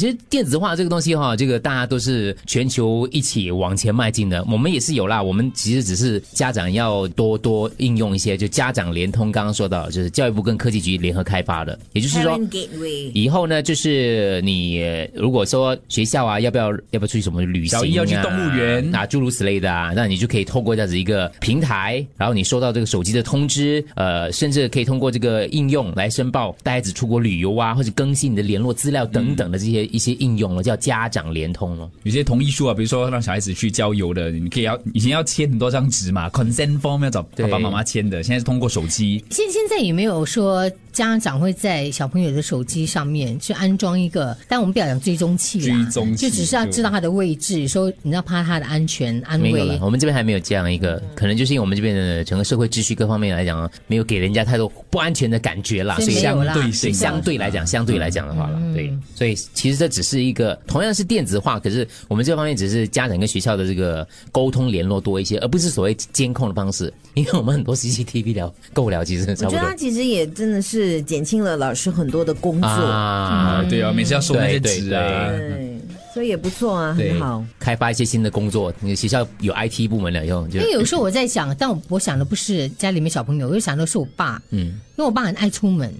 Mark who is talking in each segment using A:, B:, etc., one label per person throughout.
A: 其实电子化这个东西哈，这个大家都是全球一起往前迈进的。我们也是有啦，我们其实只是家长要多多应用一些，就家长联通刚刚说到，就是教育部跟科技局联合开发的，也就是说
B: Parent。Gateway，
A: 以后呢，就是你呃如果说学校啊，要不要要不要出去什么旅行、啊？
C: 小一要去动物园
A: 啊，诸如此类的啊，那你就可以透过这样子一个平台，然后你收到这个手机的通知，呃，甚至可以通过这个应用来申报带孩子出国旅游啊，或者更新你的联络资料等等的这些、一些应用了，叫家长联通了。
C: 有些同意书啊，比如说让小孩子去郊游的，你可以要以前要签很多张纸嘛，consent form 要找
A: 对
C: 爸爸妈妈签的，现在是通过手机。
D: 现现在也没有说家长会在小朋友的手机上面去安装一个，但我们不要讲追踪器啦，
C: 追踪器
D: 就只是要知道他的位置，说你要怕他的安全安
A: 没有
D: 危
A: 了，。我们这边还没有这样一个，
C: 嗯
A: 可能就是因为我们这边的整个社会秩序各方面来讲啊，没有给人家太多不安全的感觉啦，
D: 所以
A: 所以
D: 没有啦
C: 相对
A: 对，
C: 性
A: 相对来
D: 嗯
A: 讲，相对来讲的话了，对，所以其实这只是一个同样是电子化，可是我们这方面只是家长跟学校的这个沟通联络多一些，而不是所谓监控的方式，因为我们很多 CCTV 聊够了，其实
B: 我
A: 差
B: 觉
A: 不
B: 得
A: 多
B: 他其实也真的是减轻了老师很多的工作，
A: 啊
C: 啊，对啊，每次要收那些
A: 对对
C: 纸啊。
B: 对，所以也不错啊，
C: 对
D: 嗯
B: 很好。
A: 开发一些新的工作，你学校有 IT 部门了以后，就
D: 因为有时候我在想，但我我想的不是家里面小朋友，我就想的是我爸，嗯，因为我爸很爱出门，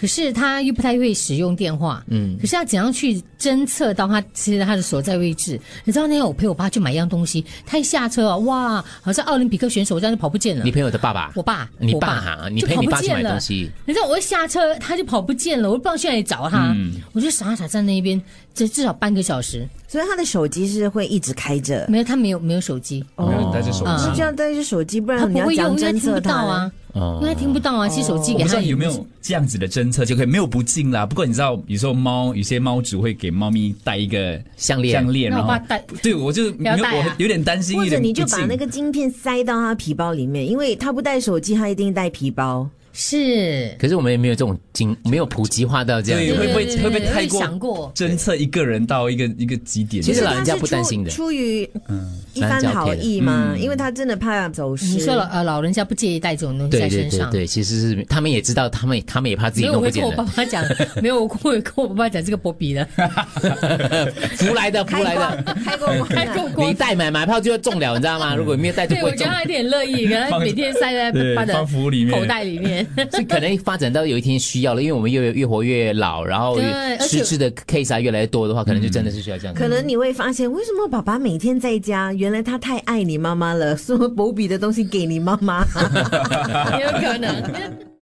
D: 可是他又不太会使用电话，嗯，可是要怎样去侦测到他其实他的所在位置？你知道那天我陪我爸去买一样东西，他一下车啊，哇，好像奥林匹克选手这样就跑不见了
A: 你。朋友的爸爸，
D: 我爸，
A: 你
D: 我
A: 爸
D: 爸
A: 哈，你
D: 就
A: 陪
D: 跑
A: 你
D: 不
A: 爸去
D: 见
A: 买
D: 了
A: 东西。
D: 你知道我一下车，他就跑不见了，我都不知道去哪里找他，
A: 嗯
D: 我就傻傻在那边，这至少半个小时。
B: 所以他的手机是会一直开着，
D: 没有，他没有没有手机，
C: 没有带着
B: 是
C: 手
D: 嗯
B: 这
C: 机。
B: 样带着手机，不
D: 他
B: 然
D: 不
B: 你要
D: 会
B: 讲
D: 用，因为他
B: 侦
D: 听不
B: 测
D: 到
B: 他
D: 啊，
A: 哦
D: 因为他听不到啊，其实手机
C: 我
D: 给
C: 不知
D: 他
C: 道
D: 也
C: 有没有这样子的侦测就可以，没有不进啦。不过你知道，有时候猫有些猫主会给猫咪戴一个
A: 项链
C: 项链，
D: 那
C: 然
D: 我
C: 后
D: 爸戴
C: 对我就没
D: 要
C: 有
D: 戴啊
C: 我有点担心，
B: 或
C: 有
B: 者
C: 点
B: 你就
C: 不
B: 把
C: 进
B: 那个晶片塞到他皮包里面，因为他不带手机，他一定带皮包。
D: 是，
A: 可是我们也没有这种经，没有普及化到这样
C: 对，会
A: 子。
C: 不会会
D: 对对
C: 不会
D: 对
C: 太
D: 我也想过
C: 侦测一个人到一个一个极点？
A: 其实老
B: 他
A: 人
B: 是
A: 家不担心的
B: 出出于
D: 嗯
B: 一番好意嘛，因为他真的怕走失。
D: 你说了呃，老人家不介意带这种东西
A: 对
D: 在
A: 对
D: 身
A: 对
D: 上。
A: 对，其实是他们也知道，他们他们也怕自己
D: 没有，
A: 弄不
D: 我会跟
A: 见
D: 我爸
A: 的。
D: 爸讲，没有，我会跟我爸爸讲这个 波比的，
A: 福来的，福
B: 开
A: 来的，
B: 光，开光，啊
D: 太够过
A: 你。带买买票就要中了，你知道吗？如果没有带就
D: 嗯对，
A: 不
D: 我
A: 会
D: 觉
A: 中
D: 得。他有点乐 意，可能他每天塞在
C: 对
D: 他的
C: 放服里面
D: 口袋里面。
A: 是可能发展到有一天需要了，因为我们越越活越老，然后
D: 对而且
A: 失智的 case 啊越来越多的话，可能就真的是需要这样子。
B: 可能你会发现，为什么爸爸每天在家？原来他太爱你妈妈了，所以波比的东西给你妈妈。
D: 也有可能。